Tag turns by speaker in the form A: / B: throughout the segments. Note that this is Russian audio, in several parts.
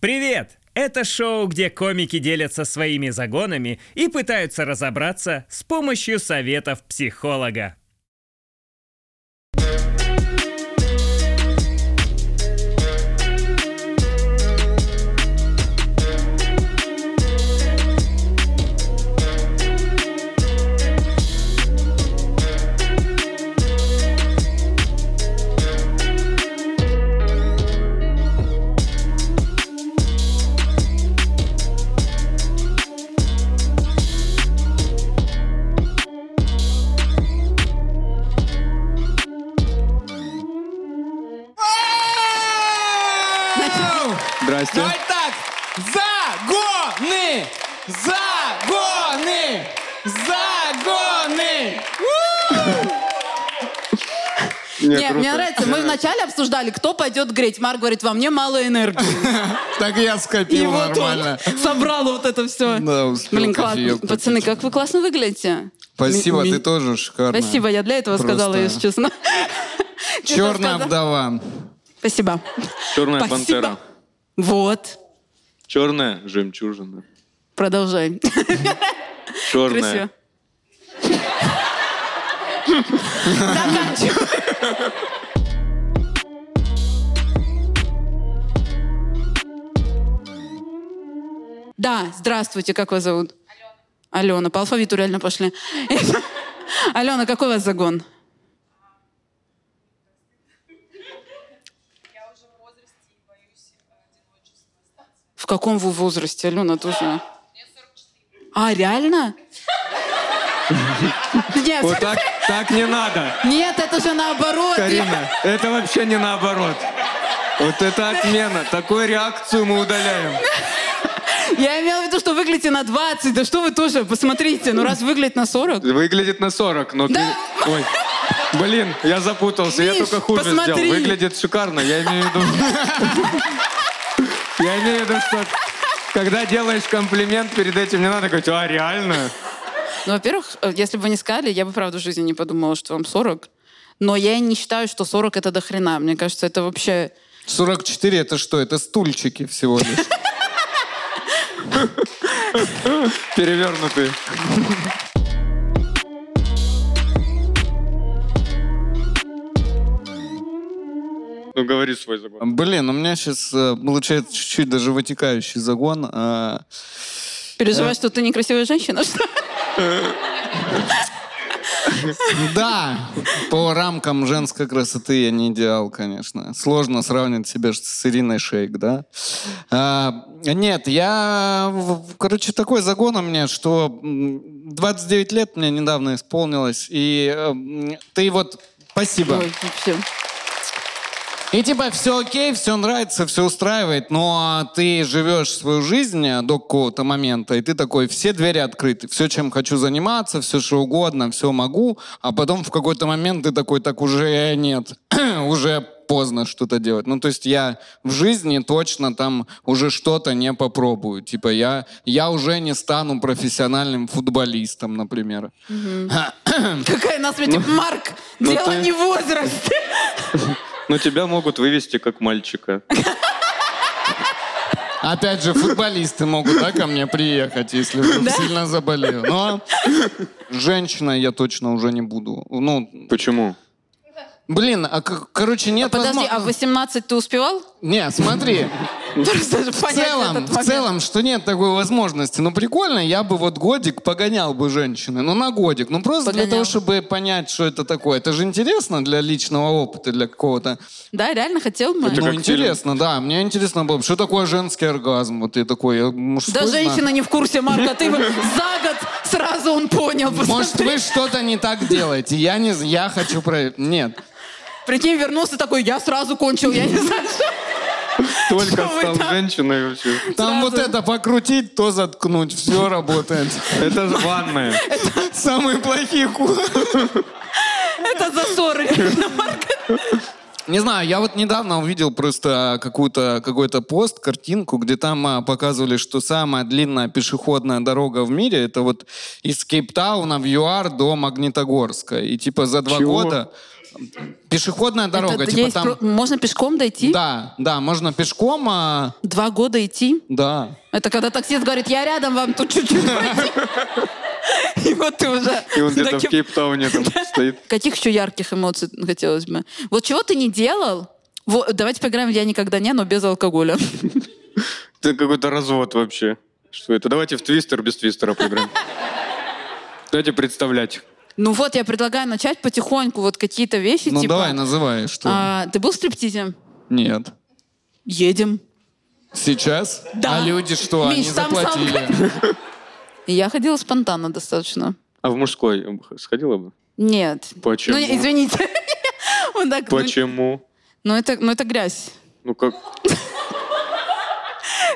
A: Привет! Это шоу, где комики делятся своими загонами и пытаются разобраться с помощью советов психолога.
B: Здрасте.
C: Давай так. Загоны! Загоны! Загоны!
B: Мне
D: Не,
B: круто.
D: мне нравится. Мы вначале обсуждали, кто пойдет греть. Марк говорит, во мне мало энергии.
C: Так я
D: И
C: скопил
D: вот он
C: нормально.
D: собрал вот это все.
C: Да, успел,
D: Блин,
C: кофеек
D: классно.
C: попить.
D: Пацаны, как вы классно выглядите.
C: Спасибо,
D: Ми- ми-
C: ты тоже шикарно.
D: Спасибо, я для этого
C: Просто
D: сказала, если честно. Ты
C: Черная
D: это сказала?
C: вдова.
D: Спасибо.
B: Черная
D: Спасибо.
B: пантера.
D: Вот.
B: Черная жемчужина.
D: Продолжай.
B: Черная.
D: Красиво. Заканчивай. Да, здравствуйте, как вас зовут? Алена. Алена, по алфавиту реально пошли. Алена, какой у вас загон? В каком вы возрасте, Алена, тоже? А, реально? Нет,
E: Вот так, так не надо,
D: нет, это же наоборот.
E: Карина. Это вообще не наоборот. Вот это отмена. Такую реакцию мы удаляем.
D: Я имела в виду, что выглядите на 20. Да что вы тоже, посмотрите. Ну раз выглядит на 40.
E: Выглядит на 40, но
D: Да.
E: ты... Ой. Блин, я запутался, я
D: Миш,
E: только хуже
D: посмотри.
E: сделал. Выглядит шикарно, я имею в виду... Я имею в виду, что когда делаешь комплимент, перед этим не надо говорить, а, реально?
D: Ну, во-первых, э, если бы вы не сказали, я бы, правда, в жизни не подумала, что вам 40. Но я не считаю, что 40 это до хрена. Мне кажется, это вообще...
C: 44 это что? Это стульчики всего лишь.
E: Перевернутый.
B: Ну говори свой загон.
C: Блин, у меня сейчас получается чуть-чуть даже вытекающий загон. Э,
D: Переживаешь, что ты некрасивая женщина? Что?
C: Да, по рамкам женской красоты я не идеал, конечно. Сложно сравнивать себя с Ириной Шейк, да? А, нет, я... в- Короче, такой загон у меня, что м, 29 лет мне недавно исполнилось, и эм, ты вот... Спасибо.
D: Ой, вообще.
C: И типа все окей, все нравится, все устраивает, но ты живешь свою жизнь до какого-то момента, и ты такой, все двери открыты, все, чем хочу заниматься, все, что угодно, все могу, а потом в какой-то момент ты такой, так уже нет, уже поздно что-то делать. Ну, то есть я в жизни точно там уже что-то не попробую. Типа я, я уже не стану профессиональным футболистом, например.
D: Какая нас типа, Марк,
B: ну
D: дело
B: ты-
D: не в возрасте.
B: Но Ну, тебя могут вывести как мальчика.
C: Опять же, футболисты могут да, ко мне приехать, если вдруг сильно заболею. Но женщина я точно уже не буду. Ну,
B: Почему?
C: блин, а к- короче, нет
D: Подожди, а в
C: возможно-
D: 18 ты успевал?
C: Не, смотри,
D: Просто же
C: в
D: понять
C: целом,
D: этот
C: в
D: момент.
C: целом, что нет такой возможности. Ну, прикольно, я бы вот годик погонял бы женщины. Ну, на годик. Ну, просто для
D: Погонял.
C: того, чтобы понять, что это такое. Это же интересно для личного опыта, для какого-то...
D: Да, реально хотел бы.
B: Это
C: ну,
B: как
C: интересно, да. Мне интересно было, бы, что такое женский оргазм. Вот я такой, я мужской
D: Да
C: знаю.
D: женщина не в курсе, Марк, а ты его за год сразу он понял.
C: Может,
D: посмотри.
C: вы что-то не так делаете? Я не, з- я хочу проверить. Нет.
D: Прикинь, вернулся такой, я сразу кончил, я не знаю, что.
B: Только
D: Что вы
B: стал
D: там?
B: женщиной вообще.
C: Там
D: Сразу.
C: вот это покрутить, то заткнуть. Все работает.
E: Это же ванная.
C: Самые плохие ку-
D: Это засоры.
C: Не знаю, я вот недавно увидел просто какую-то какой-то пост, картинку, где там а, показывали, что самая длинная пешеходная дорога в мире это вот из Кейптауна в ЮАР до Магнитогорска. И типа за два
B: Чего?
C: года Пешеходная дорога,
D: Это
C: типа
D: есть
C: там...
D: про- Можно пешком дойти?
C: Да, да, можно пешком, а...
D: Два года идти?
C: Да.
D: Это когда таксист говорит, я рядом, вам тут чуть-чуть пройти». И вот ты уже...
B: И он где-то в
D: таким-
B: Кейптауне там стоит.
D: Каких еще ярких эмоций хотелось бы? Вот чего ты не делал? Во- давайте поиграем в «Я никогда не», но без алкоголя.
B: Это какой-то развод вообще. Что это? Давайте в твистер без твистера поиграем. Давайте представлять.
D: Ну вот, я предлагаю начать потихоньку вот какие-то вещи,
C: ну
D: типа...
C: давай, называй, что...
D: а, ты был в стриптизе?
C: Нет.
D: Едем.
C: Сейчас?
D: Да.
C: А люди что,
D: Миш,
C: они
D: там
C: заплатили?
D: И я ходила спонтанно достаточно.
B: А в мужской сходила бы?
D: Нет.
B: Почему?
D: Ну, не- извините. Он так, ну,
B: Почему?
D: ну, это, ну, это грязь.
B: Ну как?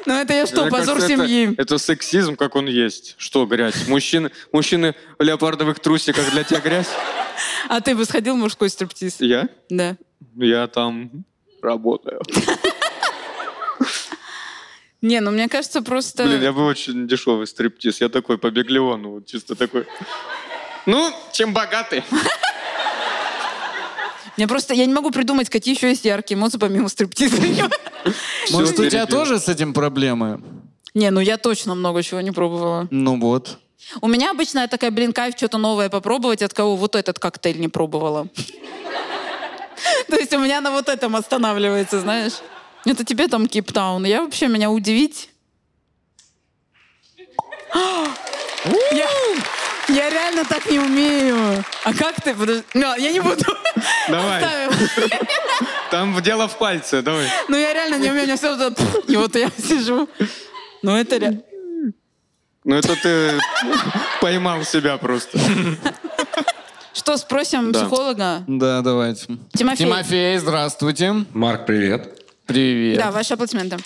D: Ну, это я что,
B: Мне
D: позор
B: кажется, это-
D: семьи?
B: Это, сексизм, как он есть. Что грязь? Мужчины, мужчины в леопардовых трусиках для тебя грязь?
D: А ты бы сходил в мужской стриптиз?
B: Я?
D: Да.
B: Я там работаю.
D: Не, ну, мне кажется, просто...
B: Блин, я бы очень дешевый стриптиз. Я такой по Беглеону, вот чисто такой. Ну, чем богаты.
D: Мне просто... Я не могу придумать, какие еще есть яркие эмоции помимо стриптиза.
C: Может, у тебя
B: перебил.
C: тоже с этим проблемы?
D: Не, ну я точно много чего не пробовала.
C: Ну вот.
D: У меня обычно я такая, блин, кайф, что-то новое попробовать, от кого вот этот коктейль не пробовала. То есть у меня на вот этом останавливается, знаешь. Это тебе там Кейптаун. Я вообще меня удивить. Я, я реально так не умею. А как ты? Подож- Ну, я не буду.
B: Давай,
D: Оставим.
B: там дело в пальце, давай.
D: Ну, я реально не умею. У меня все... вот это И вот я сижу. Ну, это реально...
B: Ну это ты поймал себя просто.
D: Что, спросим
B: Да.
D: психолога?
C: Да, давайте.
D: Тимофей.
C: Тимофей, здравствуйте.
F: Марк, привет.
C: Привет.
D: Да, ваши аплодисменты.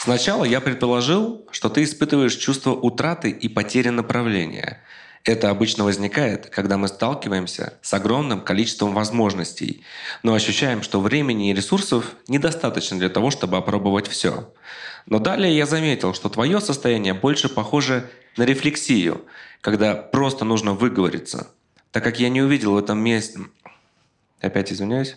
G: Сначала я предположил, что ты испытываешь чувство утраты и потери направления. Это обычно возникает, когда мы сталкиваемся с огромным количеством возможностей, но ощущаем, что времени и ресурсов недостаточно для того, чтобы опробовать все. Но далее я заметил, что твое состояние больше похоже на рефлексию, когда просто нужно выговориться, так как я не увидел в этом месте... Опять извиняюсь.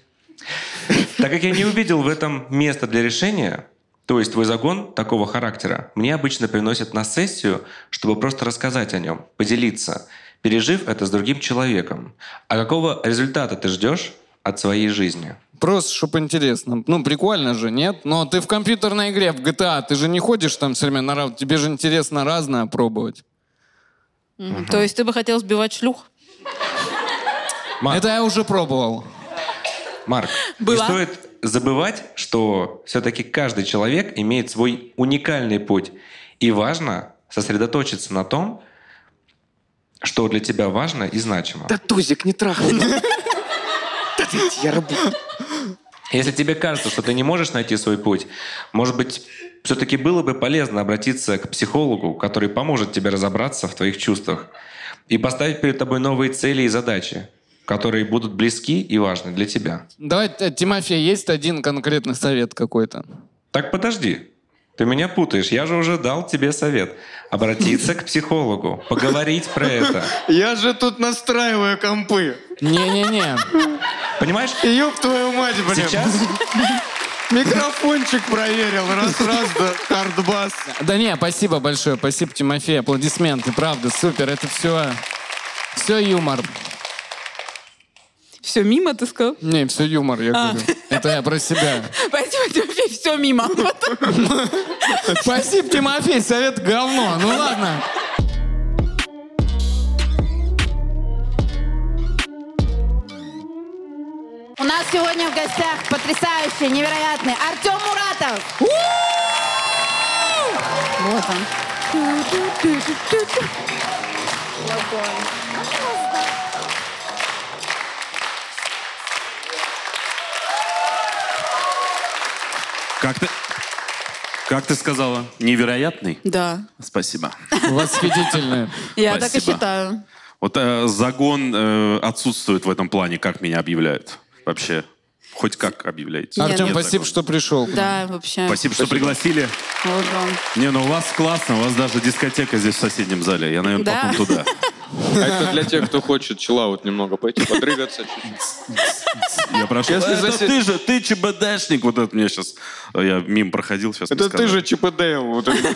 G: Так как я не увидел в этом места для решения, то есть твой загон такого характера мне обычно приносят на сессию, чтобы просто рассказать о нем, поделиться, пережив это с другим человеком. А какого результата ты ждешь от своей жизни?
C: Просто, чтобы интересно. Ну, прикольно же, нет? Но ты в компьютерной игре, в GTA, ты же не ходишь там все время на раунд. Тебе же интересно разное пробовать.
D: Мгм. То есть ты бы хотел сбивать шлюх?
F: А.
G: Марк,
C: Это я уже пробовал.
G: Марк,
D: Была.
G: не стоит забывать, что все-таки каждый человек имеет свой уникальный путь. И важно сосредоточиться на том, что для тебя важно и значимо.
F: Тузик, не трахай.
G: Если тебе кажется, что ты не можешь найти свой путь, может быть, все-таки было бы полезно обратиться к психологу, который поможет тебе разобраться в твоих чувствах и поставить перед тобой новые цели и задачи, которые будут близки и важны для тебя.
C: Давай, э, Тимофей, есть один конкретный совет какой-то?
G: Так подожди, ты меня путаешь, я же уже дал тебе совет. Обратиться к психологу, поговорить про это.
B: Я же тут настраиваю компы.
C: Не-не-не.
G: Понимаешь?
B: Ёб твою мать, блин.
G: Сейчас
B: Микрофончик проверил. Раз-раз, да, хардбас.
C: Да не, спасибо большое. Спасибо, Тимофей. Аплодисменты, правда, супер. Это все... Все юмор.
D: Все мимо, ты сказал?
C: Не, все юмор, я
D: А.
C: говорю. Это я про себя.
D: Спасибо, Тимофей, все мимо. Вот.
C: Спасибо, Тимофей, совет говно. Ну ладно.
H: У нас сегодня в гостях потрясающий, невероятный Артем Муратов.
D: Вот он.
I: Как ты, как ты сказала? Невероятный?
D: Да.
I: Спасибо.
C: Восхитительно.
D: Я
I: Спасибо.
D: так и считаю.
I: Вот э, загон э, отсутствует в этом плане, как меня объявляют. Вообще, хоть как объявляете.
D: Нет.
C: Артем,
I: Нет загона.
C: спасибо, что пришел.
D: Да, вообще.
I: Спасибо, что пригласили.
D: Вот он.
I: Не, ну у вас классно, у вас даже дискотека здесь в соседнем зале. Я, наверное,
D: Да.
I: потом туда.
B: А это для тех, кто хочет чилаут немного пойти, подрыгаться. чуть-чуть.
G: Я прошу.
B: Если
G: это
B: засед-
G: ты же, ты ЧБДшник. Вот это мне сейчас... Я мимо проходил сейчас. мне
B: Это ты
G: сказали.
B: же Чип и Дейл, вот это.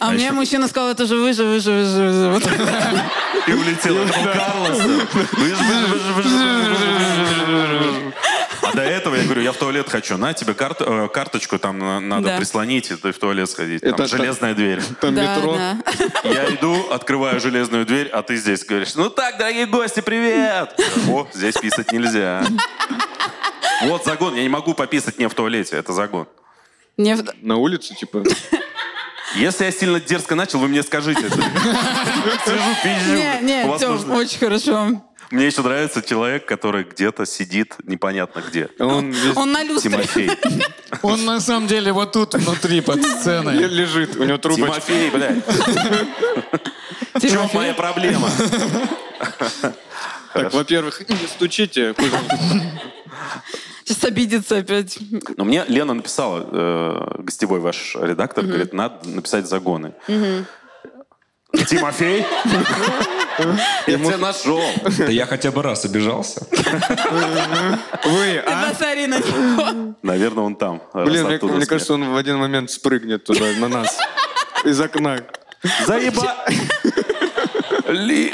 D: А, мне
G: еще-
D: мужчина сказал, это же вы же, вы же, вы же, вы же. Вот.
G: И улетел. Это был Карлос. Выж, выж, выж, выж, выж, выж. А до этого я говорю, я в туалет хочу. На тебе карт- э, карточку, там на- надо
D: Да.
G: прислонить, и ты в туалет сходить.
B: Это
G: Там
B: что?
G: железная дверь.
B: Там
D: Да,
B: метро.
D: да.
G: Я иду, открываю железную дверь, а ты здесь говоришь, ну так, дорогие гости, привет! О, здесь писать нельзя. Вот загон, я не могу пописать не в туалете, это загон.
D: Не в-
B: На улице, типа.
G: Если я сильно дерзко начал, вы мне скажите. Сижу, пизжу.
D: Не, не,
G: Э, У вас
D: Тём,
G: нужно-
D: очень хорошо.
G: Мне еще нравится человек, который где-то сидит непонятно где.
B: Он весь
D: Он на люстре.
G: Тимофей.
C: Он на самом деле вот тут внутри под сценой.
B: лежит, у него трубочка.
G: Тимофей, блядь. В чем
D: Тимофей.
G: моя проблема?
B: Так, во-первых, не стучите.
D: Сейчас обидится опять.
G: Но мне Лена написала, э, гостевой ваш редактор, говорит, надо написать загоны. Тимофей? Я тебя нашел.
J: Да я хотя бы раз обижался.
B: Вы,
D: Ты
B: а?
D: посмотри на него.
G: Наверное, он там. раз
B: Блин, мне,
G: оттуда
B: мне
G: смех.
B: кажется, он в один момент спрыгнет туда, на нас. Из окна.
G: Заеба... Ли-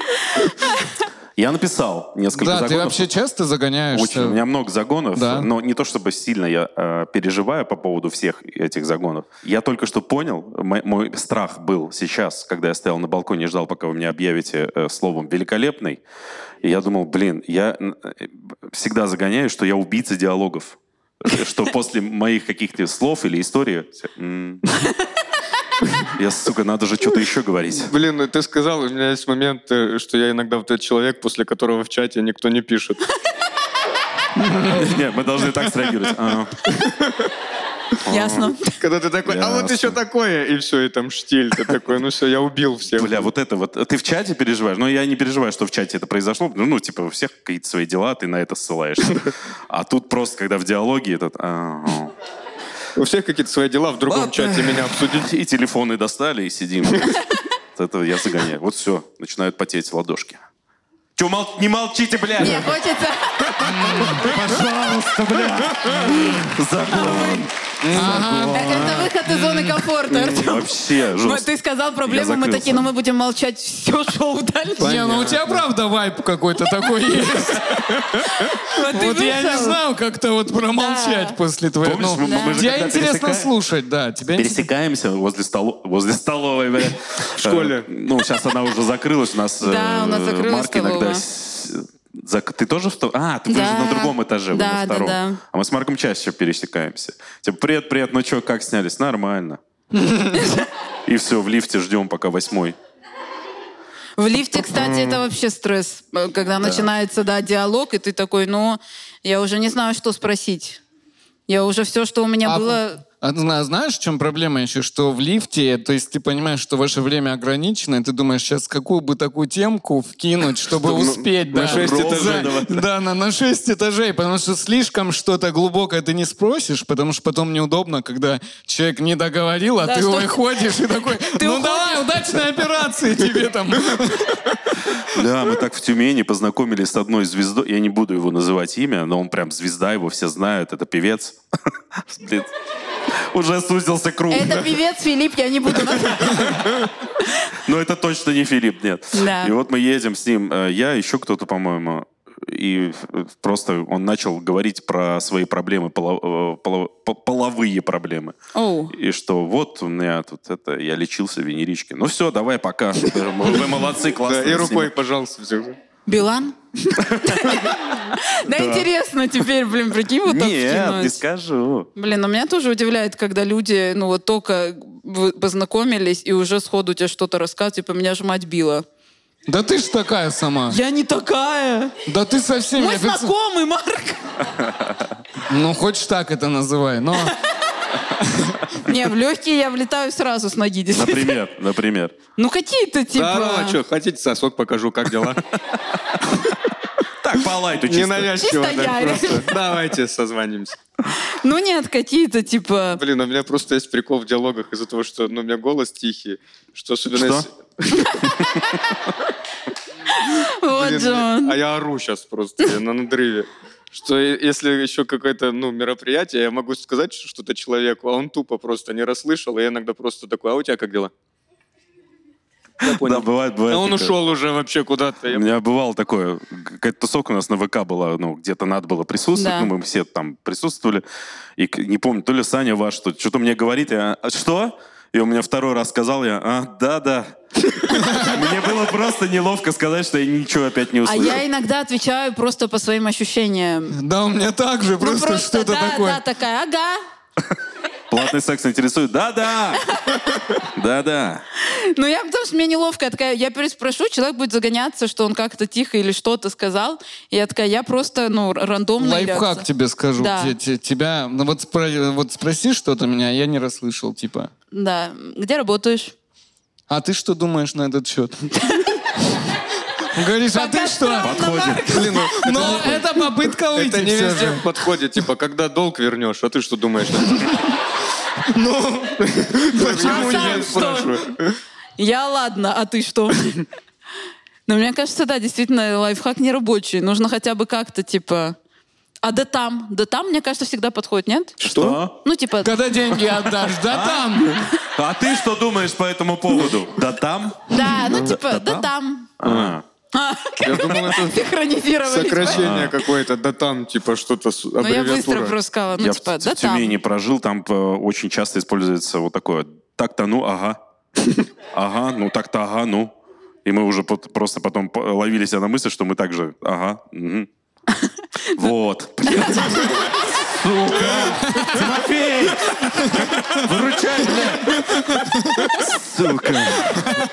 G: Я написал несколько
C: Да, ты
G: загонов.
C: вообще часто
G: Очень. У
C: загоняешься?
G: меня много загонов,
C: Да.
G: но не то чтобы сильно я э, переживаю по поводу всех этих загонов. Я только что понял, м- мой страх был сейчас, когда я стоял на балконе и ждал, пока вы меня объявите э, словом «великолепный». И я думал, блин, я н- э, всегда загоняю, что я убийца диалогов. Э, Что после моих каких-то слов или истории... все, «М». Я, сука, надо же что-то еще говорить.
B: Блин, ну ты сказал, у меня есть момент, э, что я иногда вот этот человек, после которого в чате никто не пишет.
G: Не, мы должны так среагировать. А,
D: Ясно.
B: Когда ты такой, а вот
G: Ясно.
B: еще такое, и все, и там штиль, ты такой, ну все, я убил всех.
G: Бля, вот это вот. Ты в чате переживаешь? Но я не переживаю, что в чате это произошло. Ну, ну, типа, у всех какие-то свои дела, ты на это ссылаешься. А тут просто, когда в диалоге этот... а, а.
B: У всех какие-то свои дела, в другом чате меня обсудить.
G: И телефоны достали, и сидим. От этого я загоняю. Вот все, начинают потеть ладошки. Че, мол- не молчите, бля!
K: Мне хочется...
C: Пожалуйста, бля.
D: Э, Это выход из зоны комфорта, Артём.
G: Вообще,
D: Мы-
G: жестко.
D: Ты сказал проблему, мы
G: закрылся.
D: такие, но мы будем молчать все шоу дальше.
C: Не, ну у тебя правда вайп какой-то такой есть.
D: Вот ты
C: Вот я не
D: вышел.
C: знал как-то вот промолчать
D: Да.
C: после твоего.
G: Помнишь, мы-
C: Ну,
G: мы же
C: Тебе
G: когда
C: интересно
G: пересекаем-
C: слушать, да. Тебе интересно.
G: Пересекаемся возле, столу, возле столовой. бля.
B: В школе.
G: Э, Ну, сейчас она уже закрылась. У нас, э,
D: Да, у нас закрылась
G: Марк
D: столовая.
G: иногда... с- зак- Ты тоже в то- А, ты
D: Да.
G: же на другом этаже, вы
D: Да,
G: на
D: да,
G: втором.
D: да.
G: А мы с Марком чаще пересекаемся. Типа, привет, привет, ну что, как снялись? Нормально. И все, в лифте ждем, пока восьмой.
D: В лифте, кстати, это вообще стресс, э, когда начинается, да, диалог, и ты такой, ну, я уже не знаю, что спросить. Я уже все, что у меня
C: А
D: было...
C: А зна- знаешь, в чем проблема еще? Что в лифте, то есть ты понимаешь, что ваше время ограничено, и ты думаешь, сейчас какую бы такую темку вкинуть, чтобы успеть.
B: на
C: да.
B: шесть
C: За-
B: этажей,
C: Да, на, на 6 этажей, потому что слишком что-то глубокое ты не спросишь, потому что потом неудобно, когда человек не договорил, а
D: Да,
C: ты
D: что-
C: выходишь и такой, ну
D: уходишь».
C: давай, удачной операции тебе там.
G: Да, мы так в Тюмени познакомились с одной звездой. Я не буду его называть имя, но он прям звезда, его все знают. Это певец. Блин, Уже сузился круг.
D: Это певец Филипп, я не буду...
G: Но это точно не Филипп, нет.
D: Да.
G: И вот мы едем с ним, э, я, еще кто-то, по-моему, и э, просто он начал говорить про свои проблемы, поло- э, поло- по- половые проблемы.
D: Оу.
G: И что вот у меня тут это, я лечился венерички. Ну все, давай, пока. Вы молодцы,
B: Да,
G: классно.
B: и рукой, пожалуйста, все.
D: Билан? Да интересно теперь, блин, прикинь, вот так
G: Нет, не
D: вкинуть.
G: скажу.
D: Блин, а меня тоже удивляет, когда люди, ну вот только вы познакомились и уже сходу тебе что-то рассказывают, типа меня ж мать била.
C: Да ты ж такая сама.
D: Я не такая.
C: Да ты совсем...
D: Мы
C: я как-
D: знакомы, Марк.
C: Ну, хоть так это называй, но...
D: Не, в легкие я влетаю сразу с ноги. действительно.
G: Например, например.
D: Ну какие-то
B: Да,
D: типа...
B: что, хотите сосок покажу, как дела?
G: Так, по лайту чисто.
B: Ненавязчиво,
D: Чисто
B: да,
D: я.
B: просто. Давайте созвонимся.
D: Ну нет, какие-то типа...
B: Блин, у меня просто есть прикол в диалогах из-за того, что ну, у меня голос тихий, что особенно...
G: Что?
B: если-
D: О, Джон.
B: А я ору сейчас просто я на надрыве. Что е- если еще какое-то ну, мероприятие, я могу сказать ш- что-то человеку, а он тупо просто не расслышал, и я иногда просто такой, а у тебя как дела? Я
G: Да,
B: понял.
G: бывает, бывает.
B: А он
G: такое.
B: ушел уже вообще куда-то.
G: У
B: Я-
G: меня бывало такое, какая-то тусовка у нас на ВК была, ну, где-то надо было
D: Да.
G: присутствовать, ну, мы все там присутствовали, и к- не помню, то ли Саня ваш, что- что-то мне говорит, я, «А, что? И он мне второй раз сказал, я, а, да-да. Мне было просто неловко сказать, что я ничего опять не
D: А
G: услышал.
D: я иногда отвечаю просто по своим ощущениям.
C: Да, у меня так же,
D: Ну,
C: просто, что-то
D: да,
C: такое.
D: Да, такая, ага.
G: Платный секс интересует, да-да, да-да.
D: Ну, я потому что мне неловко. Я такая, я переспрошу, человек будет загоняться, что он как-то тихо или что-то сказал. И я такая, я просто, ну, р- рандомно...
C: Лайфхак
D: реакция.
C: тебе скажу.
D: Да.
C: Те- те- Тебя, ну вот, спро- вот спроси что-то меня, я не расслышал, типа.
D: Да. Где работаешь?
C: А ты что думаешь на этот счет? Говоришь, а ты что?
G: Подходит.
B: Блин, ну,
C: Но это попытка выйти.
B: это не
C: всё
B: везде
C: же.
B: подходит. Типа, когда долг вернешь, а ты что думаешь?
C: Ну,
B: Почему
D: а сам
B: я
D: что?
B: спрашиваю?
D: Я ладно, а ты что? Но мне кажется, да, действительно, лайфхак не рабочий. Нужно хотя бы как-то, типа... А да там? Да там, мне кажется, всегда подходит, нет?
G: Что?
D: Ну, типа...
C: когда деньги отдашь, да там.
G: А ты что думаешь по этому поводу? Да там?
D: Да, ну, типа, да там.
G: А.
B: Я думал, это
D: Синхронизировались.
G: А.
B: сокращение какое-то. Да там, типа, что-то с-
D: Ну, я быстро
B: аббревиатура.
D: просто сказала, ну,
G: Я в,
D: типа,
G: в
D: да там.
G: Тюмени прожил, там э, очень часто используется вот такое «так-то ну, ага». Ага, ну так-то ага, ну. И мы уже пот- просто потом по- ловили себя на мысли, что мы так же «ага». мгм». Вот. блядь. Сука! Тимофей! Выручай, блядь! Сука!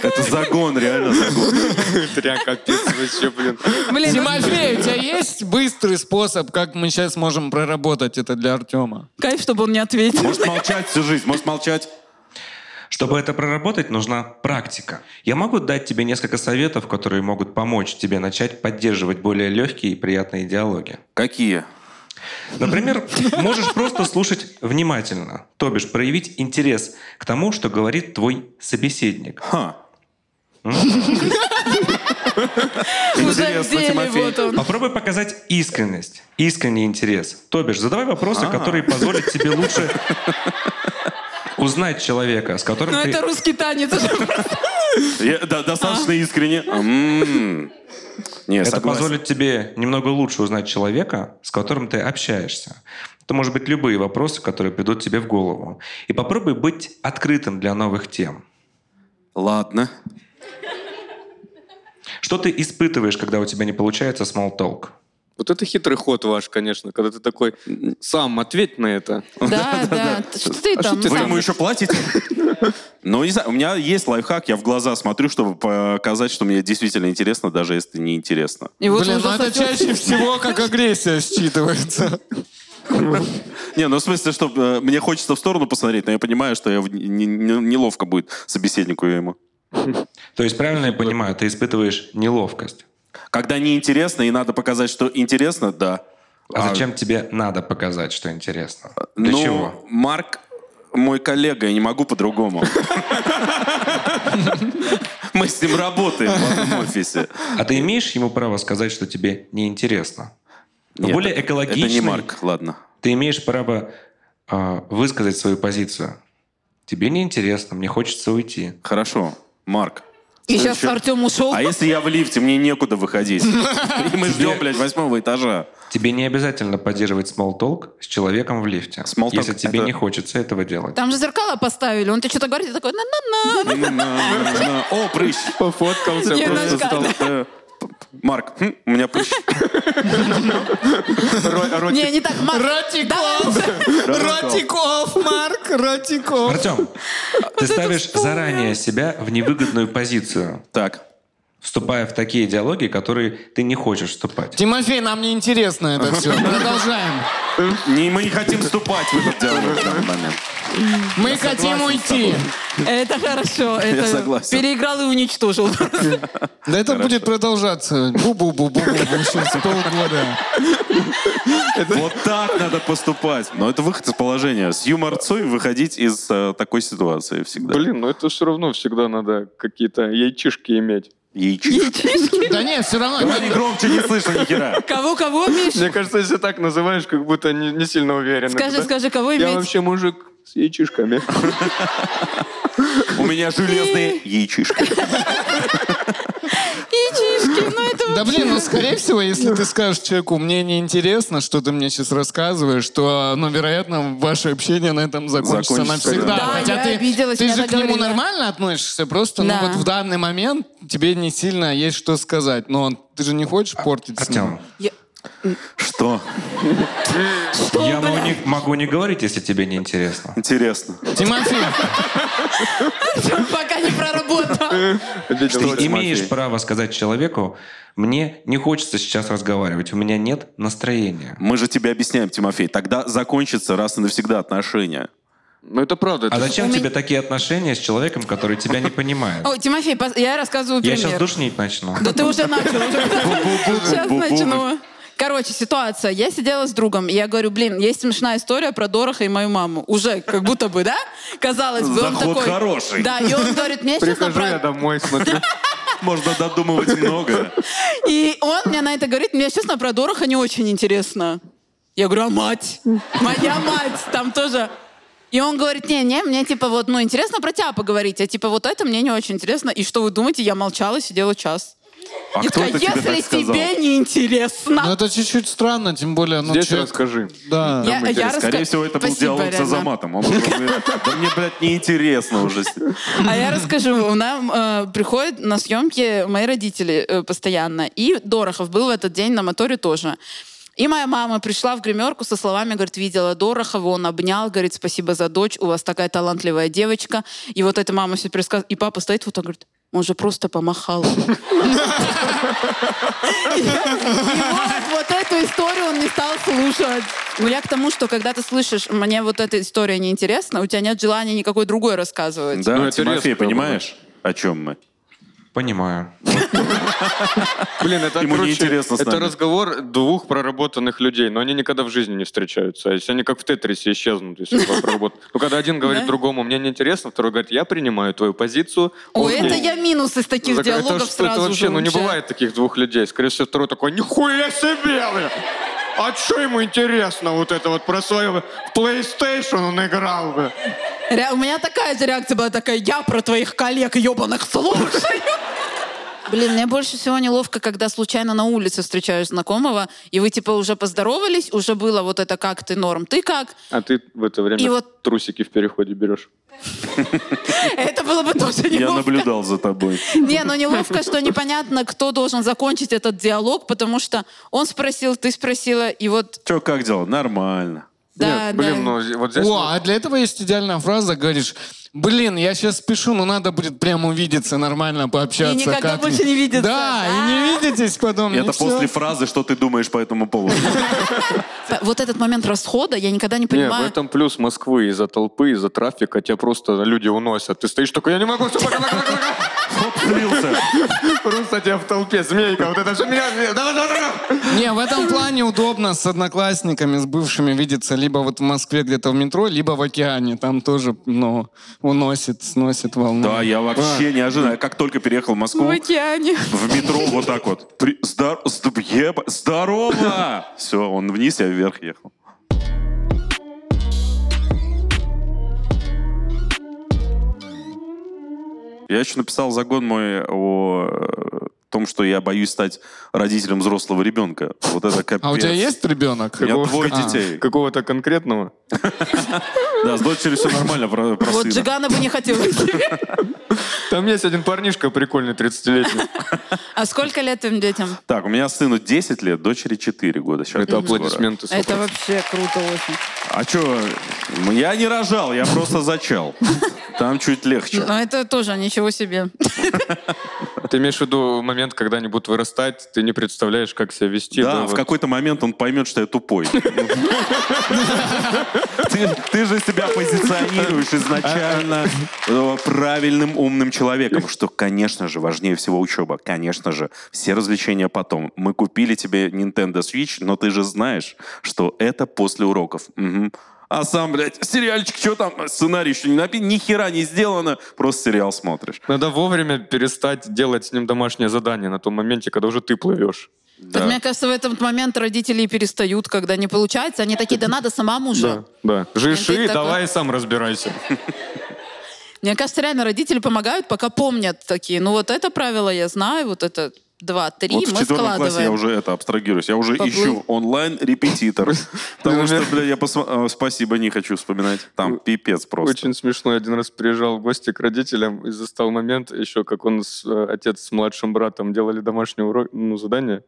G: Это загон, реально загон.
B: Тря, капец, вообще, блин.
D: Блин, ну,
C: Тимофей, у тебя есть быстрый способ, как мы сейчас можем проработать это для Артема?
D: кайф, чтобы он не ответил.
G: Может молчать всю жизнь, может молчать.
J: Чтобы это проработать, нужна практика. Я могу дать тебе несколько советов, которые могут помочь тебе начать поддерживать более легкие и приятные диалоги.
G: Какие?
J: Например, можешь просто слушать внимательно, то бишь проявить интерес к тому, что говорит твой собеседник.
G: Ха.
D: Уже в
G: Интересно,
D: деле,
G: Тимофей.
D: вот он.
J: Попробуй показать искренность, искренний интерес. То бишь, задавай вопросы, которые позволят тебе лучше узнать человека, с которым
D: Ну,
J: ты...
D: это русский танец. уже.
G: Я- да, достаточно
D: А.
G: искренне. М. Не,
J: Это
G: согласен.
J: позволит тебе немного лучше узнать человека, с которым ты общаешься. Это может быть любые вопросы, которые придут тебе в голову. И попробуй быть открытым для новых тем.
G: Ладно.
J: Что ты испытываешь, когда у тебя не получается small talk?
B: Вот это хитрый ход ваш, конечно, когда ты такой, сам ответь на это.
D: Да, да. А Что ты там?
G: Вы
D: сам?
G: ему еще платите? Ну, не знаю, у меня есть лайфхак, я в глаза смотрю, чтобы показать, что мне действительно интересно, даже если не интересно.
D: И вот
C: Блин,
D: уже
C: ну это
D: сосёт.
C: чаще всего как агрессия считывается.
G: Не, ну в смысле, что э, мне хочется в сторону посмотреть, но я понимаю, что я в- не- не- неловко будет собеседнику ему.
J: То есть, правильно я понимаю, ты испытываешь неловкость.
G: Когда неинтересно и надо показать, что интересно, да.
J: А
G: А-
J: зачем тебе надо показать, что интересно? Для
G: Ну,
J: чего?
G: Марк мой коллега, я не могу по-другому. Мы с ним работаем в одном офисе.
J: А ты имеешь ему право сказать, что тебе неинтересно? В
G: Нет,
J: более экологичный
G: Это не Марк, ладно.
J: ты имеешь право а, высказать свою позицию. Тебе неинтересно, мне хочется уйти.
G: Хорошо, Марк.
D: И сейчас
G: Чё?
D: Артем ушел.
G: А если я в лифте, мне некуда выходить. И мы ждем, блядь, восьмого этажа.
J: Тебе не обязательно поддерживать small talk с человеком в лифте,
G: Small talk
J: если тебе
G: это-
J: не хочется этого делать.
D: Там же зеркало поставили. Он тебе что-то говорит, и такой, на-на-на.
G: О, прыщ.
B: Пофоткался
D: Не,
B: просто.
D: ну,
G: Стал, э, Марк, хм, у меня прыщ.
B: Ро- ротик.
D: Не, не так, Марк. Давай.
C: Ротиков, Марк, Ротиков.
J: Артем, ты ставишь заранее себя в невыгодную позицию,
G: Так.
J: вступая в такие диалоги, которые ты не хочешь вступать.
C: Тимофей, нам не интересно это все. Продолжаем.
G: Не, мы не хотим вступать в этот диалог в данный момент.
C: Мы хотим уйти.
D: Это хорошо. Это
G: согласен.
D: Переиграл и уничтожил.
C: Да это будет продолжаться. Бу-бу-бу-бу-бу. Еще с полгода.
G: Вот так надо поступать. Но это выход из положения. С юморцой выходить из э, такой ситуации всегда.
B: Блин, ну это все равно всегда надо какие-то яйчишки иметь.
G: Яичишки.
C: Да нет, все равно.
G: Говори громче, не слышно ни хера.
D: Кого-кого, Миш?
B: Мне кажется, если так называешь, как будто не, не сильно уверен.
D: Скажи, скажи, кого
B: Я
D: иметь?
B: вообще мужик с яичишками.
G: У меня железные яичишки.
D: Яичишки, ну это
C: Да
D: вообще...
C: блин, ну скорее всего, если ты скажешь человеку, мне неинтересно, что ты мне сейчас рассказываешь, то, ну, вероятно, ваше общение на этом закончится,
G: Закончится,
C: навсегда.
D: да. Да,
C: Хотя
D: я
C: ты,
D: обиделась,
C: ты
D: меня
C: же
D: так
C: к нему
D: говорили.
C: нормально относишься, просто,
D: Да.
C: ну, вот в данный момент тебе не сильно есть что сказать, но ты же не хочешь
B: А,
C: портить с ним.
J: Артем,
D: Я-
G: Что?
D: Что,
J: я могу
D: блин?
J: не, могу не говорить, если тебе не интересно.
G: Интересно.
C: Тимофей,
D: Пока не проработал.
B: Обиделся.
J: Ты
G: Тимофей?
J: имеешь право сказать человеку, мне не хочется сейчас разговаривать, у меня нет настроения.
G: Мы же тебе объясняем, Тимофей. Тогда закончится раз и навсегда отношения.
B: Ну это правда.
J: А
B: это-
J: зачем
D: У меня-
J: тебе такие отношения с человеком, который тебя не понимает?
D: О, Тимофей, пос- я рассказываю
J: Я
D: пример.
J: сейчас душнить начну.
D: Да ты уже начал. Сейчас
G: бу-бу.
D: начну. Короче, ситуация. Я сидела с другом, и я говорю, блин, есть смешная история про Дороха и мою маму. Уже как будто бы, да? Казалось бы, он
G: Заход
D: такой...
G: хороший.
D: Да, и он говорит, мне честно,
B: Прихожу я
D: правда...
B: домой, смотрю.
G: Можно додумывать много.
D: И он мне на это говорит, мне честно, про Дороха не очень интересно. Я говорю, а мать? Моя мать там тоже... И он говорит, не, не, мне типа вот, ну интересно про тебя поговорить, а типа вот это мне не очень интересно. И что вы думаете, я молчала, сидела час.
G: А
D: Я
G: кто
D: такая,
G: это тебе
D: если
G: так сказал?
D: тебе не интересно,
C: ну это чуть-чуть странно, тем более, ну,
B: Здесь
C: человек-
B: расскажи.
C: Да.
D: Я- я
G: Скорее
D: раска-
G: всего, это был
D: Спасибо,
G: диалог с
D: реально.
G: Азаматом. Он просто говорит, «Да мне, блядь, неинтересно уже.
D: А я расскажу. Нам э, приходят на съемки мои родители э, постоянно. И Дорохов был в этот день на моторе тоже. И моя мама пришла в гримерку со словами, говорит, видела Дорохова, он обнял, говорит, спасибо за дочь, у вас такая талантливая девочка. И вот эта мама все пересказывает. И папа стоит вот так, говорит, он же просто помахал. И вот, вот эту историю он не стал слушать. Ну, я к тому, что когда ты слышишь, мне вот эта история неинтересна, у тебя нет желания никакой другой рассказывать.
G: Да,
B: Ну, это
G: Тимофей,
B: резко было.
G: понимаешь, о чем мы?
J: Понимаю.
B: Блин, это,
G: Ему
B: короче,
G: неинтересно с
B: это
G: нами.
B: разговор двух проработанных людей, но они никогда в жизни не встречаются. А если они как в Тетрисе исчезнут, если оба проработают. Ну, когда один говорит
D: Да.
B: другому, мне неинтересно, второй говорит, я принимаю твою позицию.
D: О,
B: окей».
D: это я минус из таких
B: ну, Так это
D: диалогов
B: что,
D: сразу
B: это вообще,
D: же
B: ну не
D: вообще.
B: бывает таких двух людей. Скорее всего, второй такой, нихуя себе, бля! А что ему интересно вот это вот про свою в PlayStation он играл бы?
D: Ре- у меня такая же реакция была, такая, я про твоих коллег ебаных слушаю. Блин, мне больше всего неловко, когда случайно на улице встречаешь знакомого, и вы типа уже поздоровались, уже было вот это как ты норм, ты как.
B: А ты в это время
D: И вот-
B: трусики в переходе берешь.
D: Это было бы тоже
G: Я
D: неловко.
G: наблюдал за тобой.
D: Не, ну неловко, что непонятно, кто должен закончить этот диалог, потому что он спросил, ты спросила, и вот
G: Че, как дела? Нормально.
D: да,
B: Нет, блин,
D: да.
B: ну вот здесь...
C: О, а для этого есть идеальная фраза, говоришь, блин, я сейчас спешу, но надо будет прям увидеться, нормально пообщаться.
D: И никогда
C: как-нибудь».
D: больше не видеться. А.
C: Да, и не видитесь
D: Ну,
C: потом. и
G: Это
C: всё.
G: после фразы, что ты думаешь по этому поводу.
D: П- Вот этот момент расхода я никогда не
B: Не, в
D: понимаю.
B: этом плюс Москвы из-за толпы, из-за трафика тебя просто люди уносят. Ты стоишь такой, я не могу, всё, пока, пока, пока, пока».
G: Хоп, слился.
B: Просто тебя в толпе, змейка, вот это же меня... меня- давай, давай, давай.
C: Не, в этом плане удобно с одноклассниками, с бывшими видеться либо вот в Москве где-то в метро, либо в океане. Там тоже, ну, уносит, сносит волну.
G: Да, я вообще неожиданно. Я как только переехал в Москву,
D: океане.
G: в метро вот так вот. При- здар- зд- еба- Здорово! Все, он вниз, я вверх ехал. Я еще написал загон мой о э, том, что я боюсь стать родителем взрослого ребенка. Вот это капец.
C: А у тебя есть ребенок?
G: У меня
B: Какого-
G: двое
B: А.
G: детей.
B: Какого-то конкретного?
G: Да, с дочерью все нормально, про, про
D: Вот
G: сына.
D: Джигана бы не хотела тебе.
B: Там есть один парнишка прикольный, 30-летний.
D: А сколько лет твоим детям?
G: Так, у меня сыну 10 лет, дочери 4 года. Сейчас
B: Это
G: будет скоро.
B: аплодисменты.
D: Это вообще круто очень.
G: А чё? Я не рожал, я просто зачал. Там чуть легче.
D: Но это тоже ничего себе.
B: Ты имеешь в виду момент, когда они будут вырастать, ты не представляешь, как себя вести.
G: Да, в
B: вот.
G: какой-то момент он поймет, что я тупой. Ты- Ты же себя позиционируешь изначально э, правильным, умным человеком, что, конечно же, важнее всего учеба. Конечно же, все развлечения потом. Мы купили тебе Nintendo Switch, но ты же знаешь, что это после уроков. Мгм. а сам, блядь, сериальчик, что там, сценарий еще не написан, ни хера не сделано, просто сериал смотришь.
B: Надо вовремя перестать делать с ним домашнее задание на том моменте, когда уже ты плывешь.
D: Так мне кажется, в этот момент родители и перестают, когда не получается. Они такие, да надо самому же.
B: Да.
D: И ты
B: Жиши,
D: такой-
B: давай сам разбирайся.
D: Мне кажется, реально родители помогают, пока помнят такие. Ну вот это правило я знаю, вот это два, три,
G: Вот в
D: мы
G: четвертом классе я
D: складываем.
G: уже это абстрагируюсь. Я уже
D: Поплыл.
G: ищу онлайн репетитор. Потому что, блядь, я посма- э, спасибо не хочу вспоминать. Там пипец просто.
B: Очень смешно. Я Один раз приезжал в гости к родителям и застал момент еще, как он, с, э, отец с младшим братом делали домашнее урок, ну, задание.